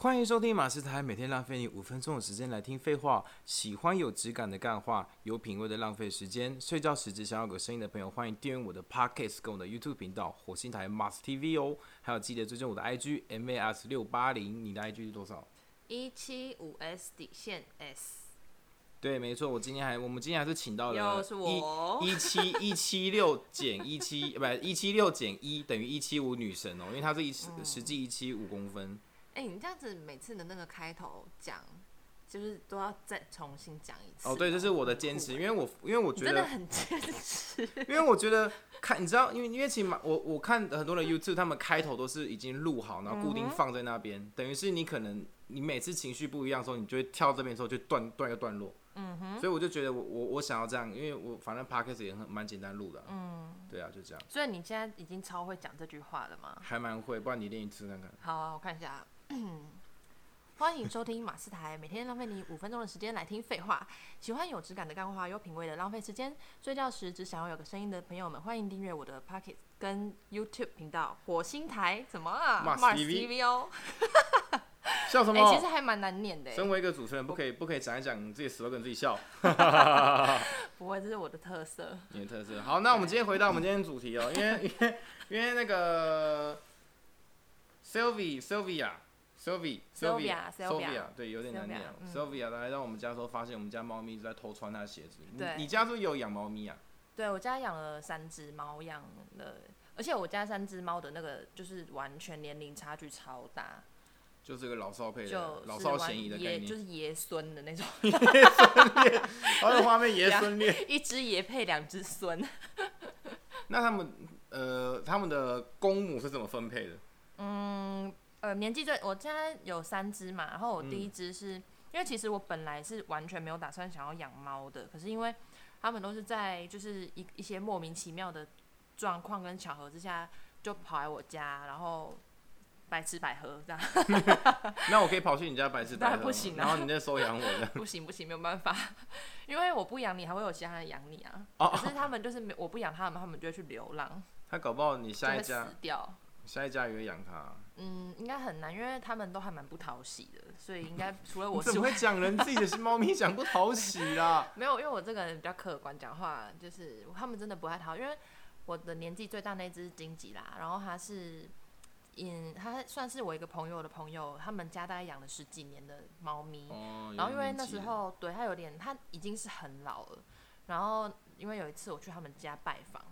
欢迎收听马斯台，每天浪费你五分钟的时间来听废话。喜欢有质感的干话，有品味的浪费时间。睡觉时只想要有声音的朋友，欢迎订阅我的 Podcast 跟我的 YouTube 频道火星台 Mars TV 哦。还有记得追踪我的 IG MAS 六八零，你的 IG 是多少？一七五 S 底线 S，对，没错，我今天还我们今天还是请到了又是我一一七一七六减一七，不一七六减一等于一七五女神哦，因为她是一实际一七五公分。哎、你这样子每次的那个开头讲，就是都要再重新讲一次。哦，对，这是我的坚持，因为我因为我你觉真得的很坚 持。因为我觉得看，你知道，因为因为其实嘛我我看很多的 YouTube，他们开头都是已经录好，然后固定放在那边，等于是你可能你每次情绪不一样的时候，你就会跳到这边的时候就断断一个段落。嗯哼，所以我就觉得我我我想要这样，因为我反正 podcast 也很蛮简单录的、嗯，对啊，就这样，所以你现在已经超会讲这句话了吗？还蛮会，不然你练一次看看。好啊，我看一下。 欢迎收听马斯台，每天浪费你五分钟的时间来听废话。喜欢有质感的干话，有品味的浪费时间。睡觉时只想要有个声音的朋友们，欢迎订阅我的 Pocket 跟 YouTube 频道火星台，怎么啊 Mars Mars TV TV 哦。笑什哎、么？其实还蛮难念的。欸身为一个主持人，不可以不可以讲一讲你自己死都跟自己笑，不会，这是我的特色。你的特色。好，那我们今天回到我们今天的主题哦，因为 因为因为那个 Sylvie Sylvia Sylvie Sylvia， Sylvia Sylvia 对，有点难念哦。 Sylvia，Sylvia 嗯来到我们家的时候，发现我们家猫咪一直在偷穿她的鞋子。你对你家是不是有养猫咪啊？对我家养了三只猫，养了，而且我家三只猫的那个就是完全年龄差距超大，就是个老少配就的是老少完咸宜的概爷就念，是爷孙的那种， 好哦有画面爷孙恋。一只爷配两只孙。那他们呃，他们的公母是怎么分配的？嗯，呃，年纪最我现在有三只嘛，然后我嗯第一只是、因为其实我本来是完全没有打算想要养猫的，可是因为他们都是在就是一一些莫名其妙的状况跟巧合之下就跑来我家，然后白吃白喝这样。那我可以跑去你家白吃白当喝然吗，不行啊然后你那收养我的 不行不行，没有办法， 因为我不养你，还会有其他人养你啊。哦可是他们就是没，我不养他们，他们就会去流浪，他搞不好你 就下会一死家掉。下一家也会养啊他、嗯，应该很难，因为他们都还蛮不讨喜的，所以应该除了我你怎之么外会，讲人自己的是猫咪讲不讨喜啊啦？没有，因为我这个人比较客观，讲话就是他们真的不太讨，因为我的年纪最大那只是金吉啦，然后它是。嗯，它算是我一个朋友的朋友，他们家大概养了十几年的猫咪， 哦然后因为那时，候对他有点，他已经是很老了。然后因为有一次我去他们家拜访，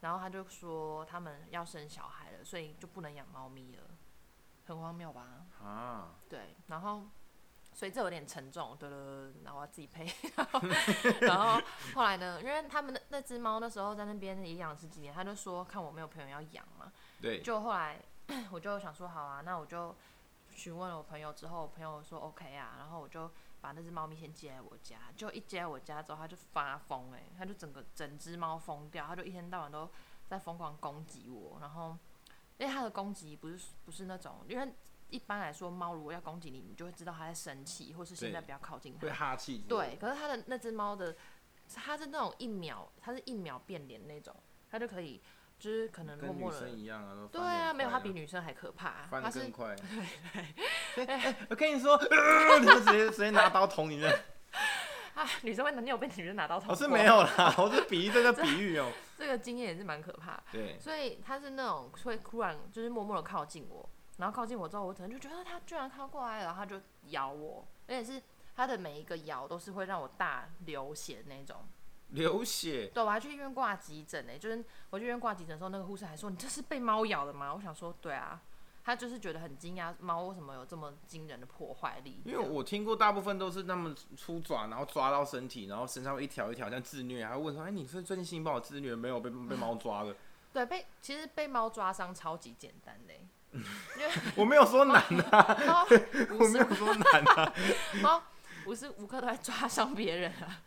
然后他就说他们要生小孩了，所以就不能养猫咪了，很荒谬吧？有点急了啊，对，然后所以这有点沉重，对了，然后我要自己配。 然后后来呢，因为他们那那只猫那时候在那边也养了十几年，他就说看我没有朋友要养嘛，对，就后来 我就想说，好啊，那我就询问了我朋友之后，我朋友说 OK 啊，然后我就把那只猫咪先接来我家，就一接来我家之后，它就发疯哎、欸，它就整个整只猫疯掉，它就一天到晚都在疯狂攻击我，然后因为它的攻击不是不是那种，因为一般来说猫如果要攻击你，你就会知道它在生气，或是现对在啊不要靠近它会，哈气之类的，对，可是它的那只猫的，它是那种一秒，它是一秒变脸那种，它就可以。就是可能默跟女默的生一样啊，都对翻得很啊，没有，快她比女生还可怕。翻她的是更快。对对，我跟你说，你就直接直接拿刀捅你的， 啊，女生会男友被女生拿刀捅。我哦是没，有啦，我是比喻这个比喻 哦，这个经验也是蛮可怕。对，所以她是那种会突然就是默默的靠近我，然后靠近我之后，我可能就觉得她居然靠过来了，然后她就咬我，而且是她的每一个咬都是会让我大流血的那种。流血，对，我还去医院挂急诊呢、就是我去医院挂急诊的时候，那个护士还说你这是被猫咬的吗？我想说对啊，她就是觉得很惊讶，猫为什么有这么惊人的破坏力？因为我听过大部分都是他们出爪，然后抓到身体，然后身上会一条一条像自虐，还会问说，哎，你是最近新报自虐没有？被被猫抓的， 对，被其实被猫抓伤超级简单的欸、我没有说难啊， 猫我无没时有说难啊。猫无时无刻都在抓伤别人啊。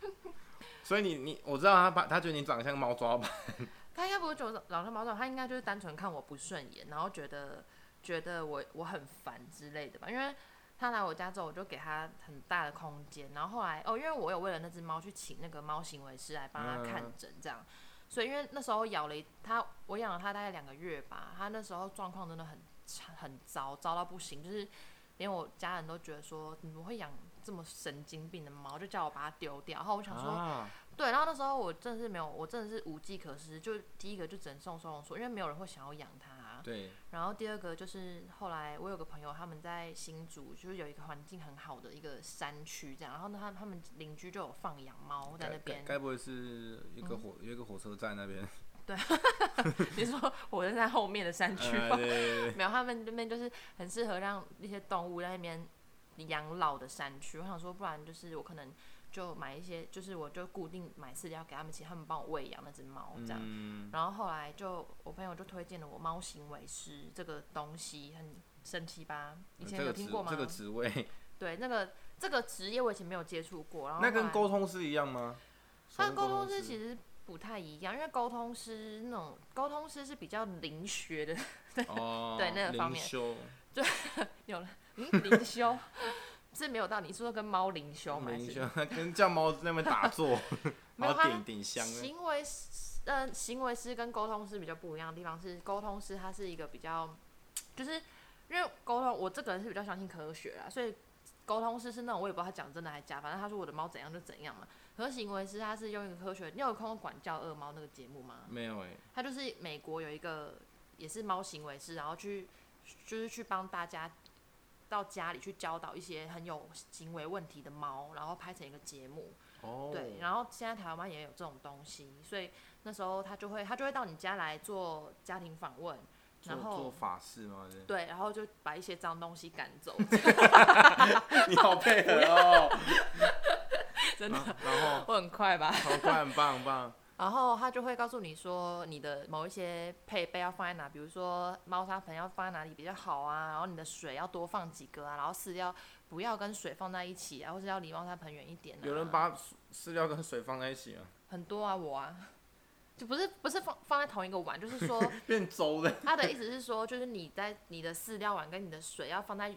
所以你你我知道他把他觉得你长得像猫抓吧？他应该不是觉得老是猫抓，他应该就是单纯看我不顺眼，然后觉得觉得我我很烦之类的吧。因为他来我家之后，我就给他很大的空间。然后后来哦，因为我有为了那只猫去请那个猫行为师来帮他看嗯诊，这样。所以因为那时候咬了一它，我养了它大概两个月吧，它那时候状况真的很差很糟，糟到不行，就是连我家人都觉得说你怎么会养这么神经病的猫，就叫我把它丢掉。然后我想说，啊，对，然后那时候我真的是没有，我真的是无计可施，就第一个就只能送收容所，因为没有人会想要养它啊、对，然后第二个就是后来我有个朋友，他们在新竹，就是有一个环境很好的一个山区这样，然后呢，他他们邻居就有放养猫在该该那边。嗯该不会是一个火有一个火车站那边？ 你说我在在后面的山区哎吗？对对对，没有，他们那边就是很适合让一些动物在那边养老的山区。我想说，不然就是我可能就买一些，就是我就固定买饲料给他们，请他们帮我喂养那只猫 这样。嗯，然后后来就我朋友就推荐了我猫行为师这个东西，很神奇吧？以前这有个听职过吗？这个职位，对，那个这个职业我以前没有接触过。然后那后跟来沟通师一样吗？但沟通师师其实不太一样，因为沟通师那种沟通师是比较灵学的， 哦，对那个方灵面修有了嗯灵修 是没有到你说跟猫灵修吗？还灵是修， 跟叫猫在那边打坐， 没然有后他点点香。行为师，呃，行为师跟沟通师比较不一样的地方是，沟通师他是一个比较，就是因为沟通，我这个人是比较相信科学啊，所以沟通师是那种我也不知道他讲真的还假，反正他说我的猫怎样就怎样嘛。可是行为师他是用一个科学，你有看过《管教恶猫》那个节目吗？没有哎，他就是美国有一个也是猫行为师，然后去就是去帮大家到家里去教导一些很有行为问题的猫，然后拍成一个节目。哦，对，然后现在台湾也有这种东西，所以那时候他就会他就会到你家来做家庭访问，做然做后法事吗？这对，然后就把一些脏东西赶走， 你好配合 哦，真的，啊然后我很快吧。好棒棒棒，然后他就会告诉你说你的某一些配备要放在哪，比如说猫砂盆要放在哪里比较好啊，然后你的水要多放几个啊，然后饲料不要跟水放在一起啊，或是要离猫砂盆远一点、啊。有人把饲料跟水放在一起吗？很多啊，我啊，就不是不是放放在同一个碗，就是说变粥的，他的意思是说，就是你在你的饲料碗跟你的水要放在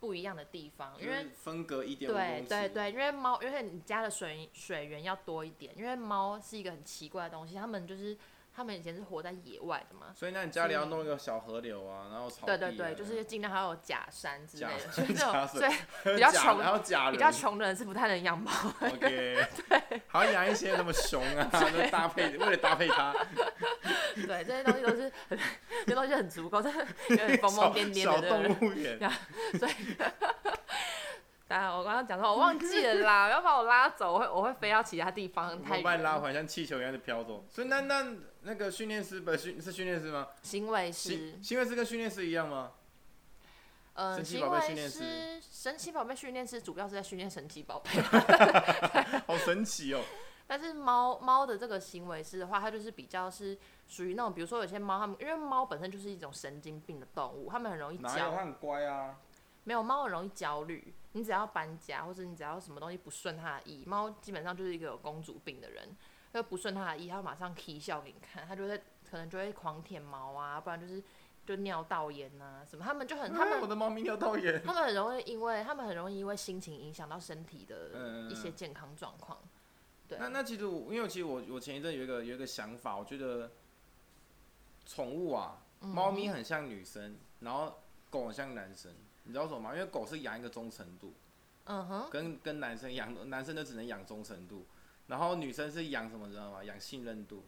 不一样的地方，因为就是分隔一点五对公对尺，对，因为猫，因为你家的水水源要多一点，因为猫是一个很奇怪的东西，它们就是它们以前是活在野外的嘛。所以那你家里要弄一个小河流啊，然后草地对啊，对对，就是尽量还有假山之类的，假就是那假水种所以还有比 较假穷还有假人，比较穷的人是不太能养猫。 OK，对，还要养一些那么熊 啊，那搭配为了搭配它，对，这些东西都是这些东西很足够， 但是有点疯疯小癫癫小的，对不对动物园，当然，我刚刚讲说，我忘记了啦，要把我拉走，我会我会飞到其他地方， 我太把远你拉回来，像气球一样的飘走。所以那那那个训练师不是训是训练师吗？行为是行，行为师跟训练师一样吗？呃，神奇行宝贝为训练师、神奇宝贝训练师主要是在训练神奇宝贝， 好神奇哦！但是猫猫的这个行为师的话，它就是比较是属于那种，比如说有些猫，它们因为猫本身就是一种神经病的动物，它们很容易哪有它焦，很乖啊？没有猫很容易焦虑。你只要搬家，或者你只要什么东西不顺它的意，猫基本上就是一个有公主病的人，它不顺它的意，它马上 k 笑给你看，它就会可能就会狂舔毛啊，不然就是就尿道炎啊什么，它们就很它们啊我的猫咪尿道炎，他们很容易因为他们很容易因为心情影响到身体的嗯呃一些健康状况。对，那那其实我，因为其实我我前一阵有一个有一个想法，我觉得宠物啊，嗯猫咪很像女生，然后狗很像男生，你知道为什么吗？因为狗是养一个忠诚度，嗯哼，跟跟男生养，男生就只能养忠诚度，然后女生是养什么，你知道吗？养信任度，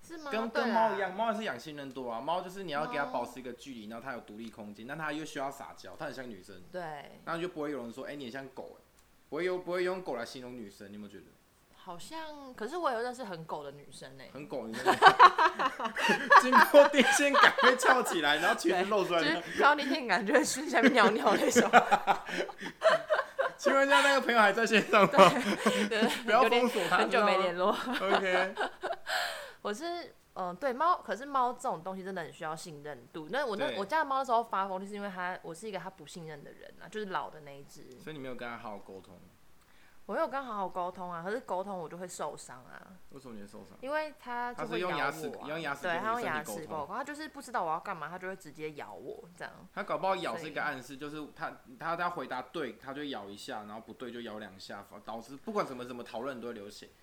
是吗？跟哦对啊哦跟啦猫一样，，猫也是养信任度啊，猫就是你要给它猫保持一个距离，然后它有独立空间，但它又需要撒娇，它很像女嗯生，对，然后就不会有人说，哎、你很像狗、哎，不会用不会用狗来形容女生，你有没有觉得？好像，可是我有认识很狗的女生呢、欸很狗，你知道吗 经过电线杆被翘起来，然后裙子露出就来。是看到那天感觉是下面尿尿 那种，请问一下，那个朋友还在线上吗？对不要有点封锁他，很久没联络。络。 OK，我是嗯、呃对猫，可是猫这种东西真的很需要信任度。那我那对我家的猫那时候发疯，就是因为它，我是一个它不信任的人啊，就是老的那一只。所以你没有跟他好好沟通，我有跟它好好沟通啊，可是沟通我就会受伤啊。为什么你会受伤？因为它就它是会咬用我、啊，牙齿用牙齿对，跟它你身用体牙沟齿通沟通，它就是不知道我要干嘛，它就会直接咬我这样。他搞不好咬所以是一个暗示，就是他他他回答对，他就咬一下，然后不对就咬两下，导致不管怎么怎么讨论你都会流血。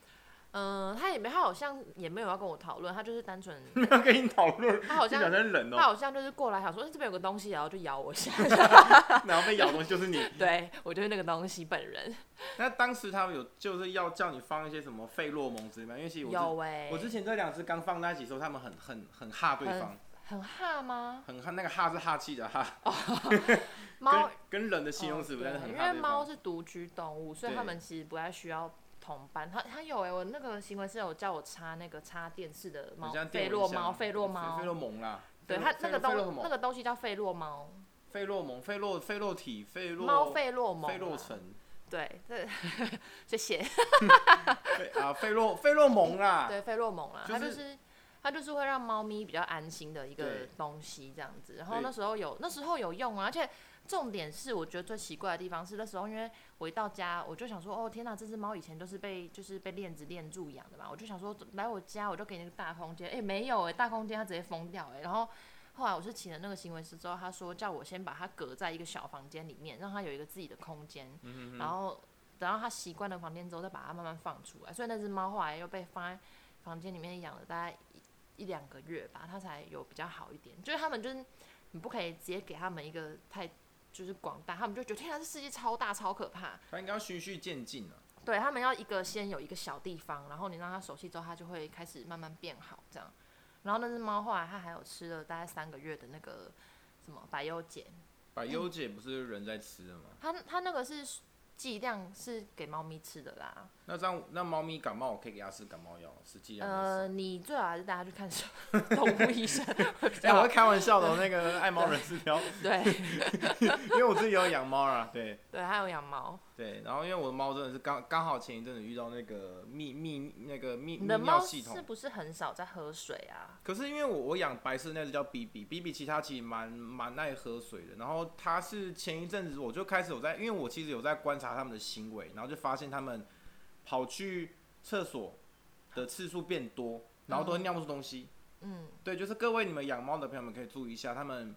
嗯，他也没，他好像也没有要跟我讨论，他就是 单纯，没有跟你讨论，他好你像讲真冷他哦，好像就是过来想说，哎这边有个东西，然后就咬我 一下。然后被咬的东西就是你。对，我就是那个东西本人。那当时他们有就是要叫你放一些什么费洛蒙之类吗？因为其实我之有哎、我之前这两只刚放在一起的时候，他们很很很哈对方，很哈吗？很哈那个哈是哈气的哈，猫跟跟人的形容词哦不但是对很因哈为对猫方。是独居动物，所以对它们其实不太需要同伴。它它有哎、我那个行为是有叫我插那个插电式的猫你这样电费蚊洛香猫，费洛猫费，洛蒙啦，对费它洛那个费洛东蒙那个东西叫费洛猫，费洛蒙费洛费洛体费洛猫费洛蒙啊，费洛城对，这 谢谢，费啊费洛费洛蒙啦，对费洛蒙啦，就它就是是。它就是会让猫咪比较安心的一个对东西，这样子。然后对那时候有，那时候有用啊，而且重点是，我觉得最奇怪的地方是那时候，因为我一到家，我就想说，哦天哪，这只猫以前就是被就是被链子链住养的嘛，我就想说来我家我就给你个大空间，哎、没有哎、大空间它直接疯掉哎、然后后来我是请了那个行为师之后，他说叫我先把它隔在一个小房间里面，让它有一个自己的空间，嗯然后等到它习惯了房间之后，再把它慢慢放出来。所以那只猫后来又被放在房间里面养了大概一一两个月吧，它才有比较好一点。就是他们就是你不可以直接给他们一个太就是广大，他们就觉得天啊，这世界超大超可怕。他应该要循序渐进啊。对他们要一个先有一个小地方，然后你让它熟悉之后，它就会开始慢慢变好这样。然后那只猫后来它还有吃了大概三个月的那个什么百优碱，把优姐不是人在吃的吗？它它那个是剂量是给猫咪吃的啦。那这样那猫咪感冒，我可以给它吃感冒药，实际上。呃，你最好还是带它去看兽 动物医 生会比哎、较我好会。开玩笑的哦，那个爱猫人士标，对因为我自己有养猫啊，对对，还有养猫，对。然后因为我的猫真的是刚刚好前一阵子遇到那个泌泌那个泌你的泌猫尿系是统，不是很少在喝水啊？可是因为我我养白色那只叫 B B B B，其实它其实蛮蛮爱喝水的。然后它是前一阵子我就开始有在，因为我其实有在观察它们的行为，然后就发现它们跑去厕所的次数变多，然后都会尿不出东西。嗯，对，就是各位你们养猫的朋友们可以注意一下，他们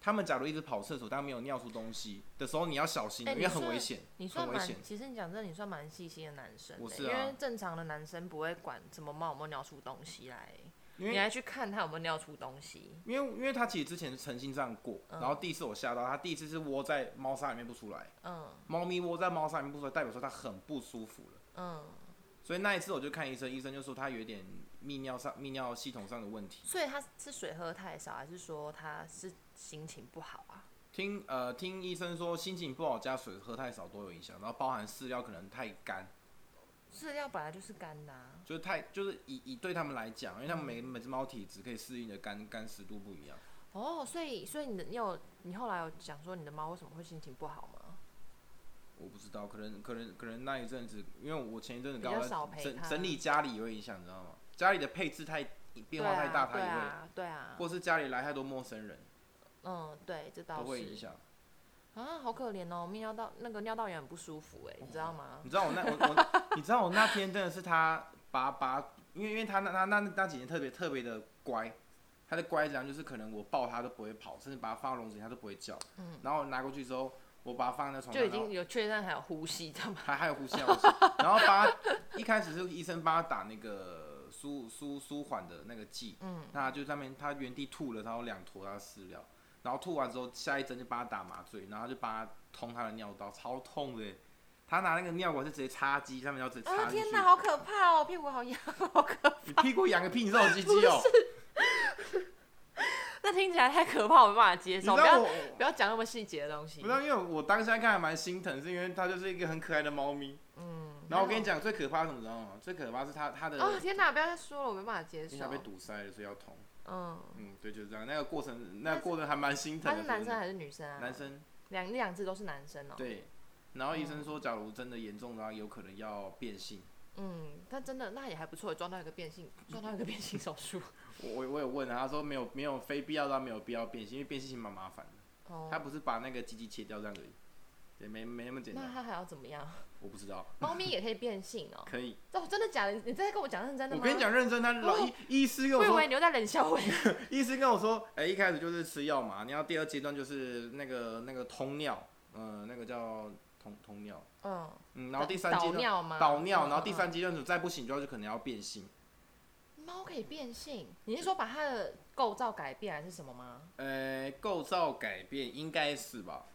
他们假如一直跑厕所但没有尿出东西的时候，你要小心，哎因为你很算危险，你算很危蛮险，。其实你讲真的，你算蛮细心的男生欸、我是因啊为正常的男生不会管什么猫有没有尿出东西来，因你为还去看它有没有尿出东西。因为因为他其实之前是曾经这样过，嗯然后第一次我吓到他，第一次是窝在猫砂里面不出来，嗯猫咪窝在猫砂里面不出来，代表说它很不舒服了。嗯，所以那一次我就看医生，医生就说他有一点泌尿上泌尿系统上的问题。所以它是水喝太少，还是说它是心情不好啊？听呃听医生说心情不好加水喝太少都有影响，然后包含饲料可能太干，饲料本来就是干的、啊，就是太就是以以对他们来讲，因为他们每每只猫体质可以适应的干干湿度不一样。哦，所以所以你的你有你后来有讲说你的猫为什么会心情不好吗？我不知道，可能可能可能那一阵子，因为我前一阵子比刚较少好陪在整它整理家里也会影响，你知道吗？家里的配置太变化太大，它对也会，啊，对啊，对或啊是家里来太多陌生人，嗯，对，这都倒会影是响。啊，好可怜哦，泌尿道那个尿道也很不舒服哎，你知道吗？你知道我那我我， 你知道我那天真的是他把把，因为因为他那他那那几天特别特别的乖，他的乖这样就是可能我抱他都不会跑，甚至把它放到笼子里它都不会叫。嗯然后拿过去之后，我把它放在床上，就已然后经有确认还有呼吸，知道吗？还还有呼吸啊，呼吸 然后帮他一开始是医生帮他打那个舒舒舒缓的那个剂，嗯，那他就上面他原地吐了，然后两坨他饲料，然后吐完之后下一针就帮他打麻醉，然后就帮他通他的尿道，超痛的耶。他拿那个尿管是直接插鸡，上面要直接插啊进天去。哪，好可怕哦，屁股好痒， 好可，你屁股痒个屁，你是 有鸡鸡哦？那听起来太可怕，我没办法接你知受，道不要我，不要讲那么细节的东西不知。道，因为我当下看还蛮心疼，是因为它就是一个很可爱的猫咪。嗯，然后我跟你讲，最可怕是什么，你知道吗？最可怕是它它的哦天哪，不要再说了，我没办法接因为它受被。堵塞了，所以要痛。嗯，嗯，对，就是这样。那个过程，那但个是过程还蛮心疼他的。是男生还是女生是啊？不是男，生，两两只都是男生哦。哦对。然后医生说，假如真的严重的话，有可能要变性。嗯，但真的那也还不错，撞到一个变性，撞到一个变性手术。我我我有问啊他，他说没有没有非必要的话没有必要变性，因为变性其实蛮麻烦的。哦， 他不啊是把那个鸡鸡切掉这样而已，对，没没那么简那单。他还要怎么样？我不知道，猫咪也可以变性哦？可以。哦，真的假的？你在跟我讲认真的我吗？哦跟你，讲认真，他老医医师跟我我以说为，你又在冷笑 我。医师跟我说，哎，一开始就是吃药嘛，你要第二阶段就是那个那个通尿，呃，那个叫通通尿，嗯，嗯，然后第三导季就尿吗？导尿，然后第嗯三阶段组再不行就要就可能要变性，嗯猫可以变性，你是说把它的构造改变还是什么吗？呃，构造改变应该是吧？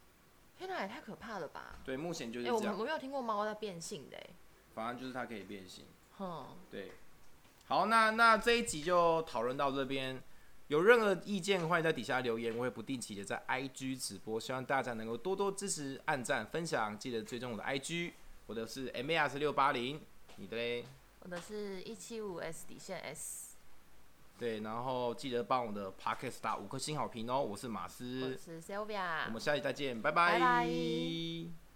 天哪，也太可怕了吧！对，目前就是哎、我这们样，我没有听过猫在变性的、哎，反正就是它可以变性。哼，对，好，那那这一集就讨论到这边。有任何意见，欢迎在底下留言，我会不定期的在 IG 直播，希望大家能够多多支持、按赞、分享，记得追踪我的 IG，我的是 MAS 六八零，你的嘞？我的是一七五 S 底线 S，对，然后记得帮我的 Podcast 打五颗星好评哦，我是马我斯，是 Sylvia，我们下期再见，拜拜拜拜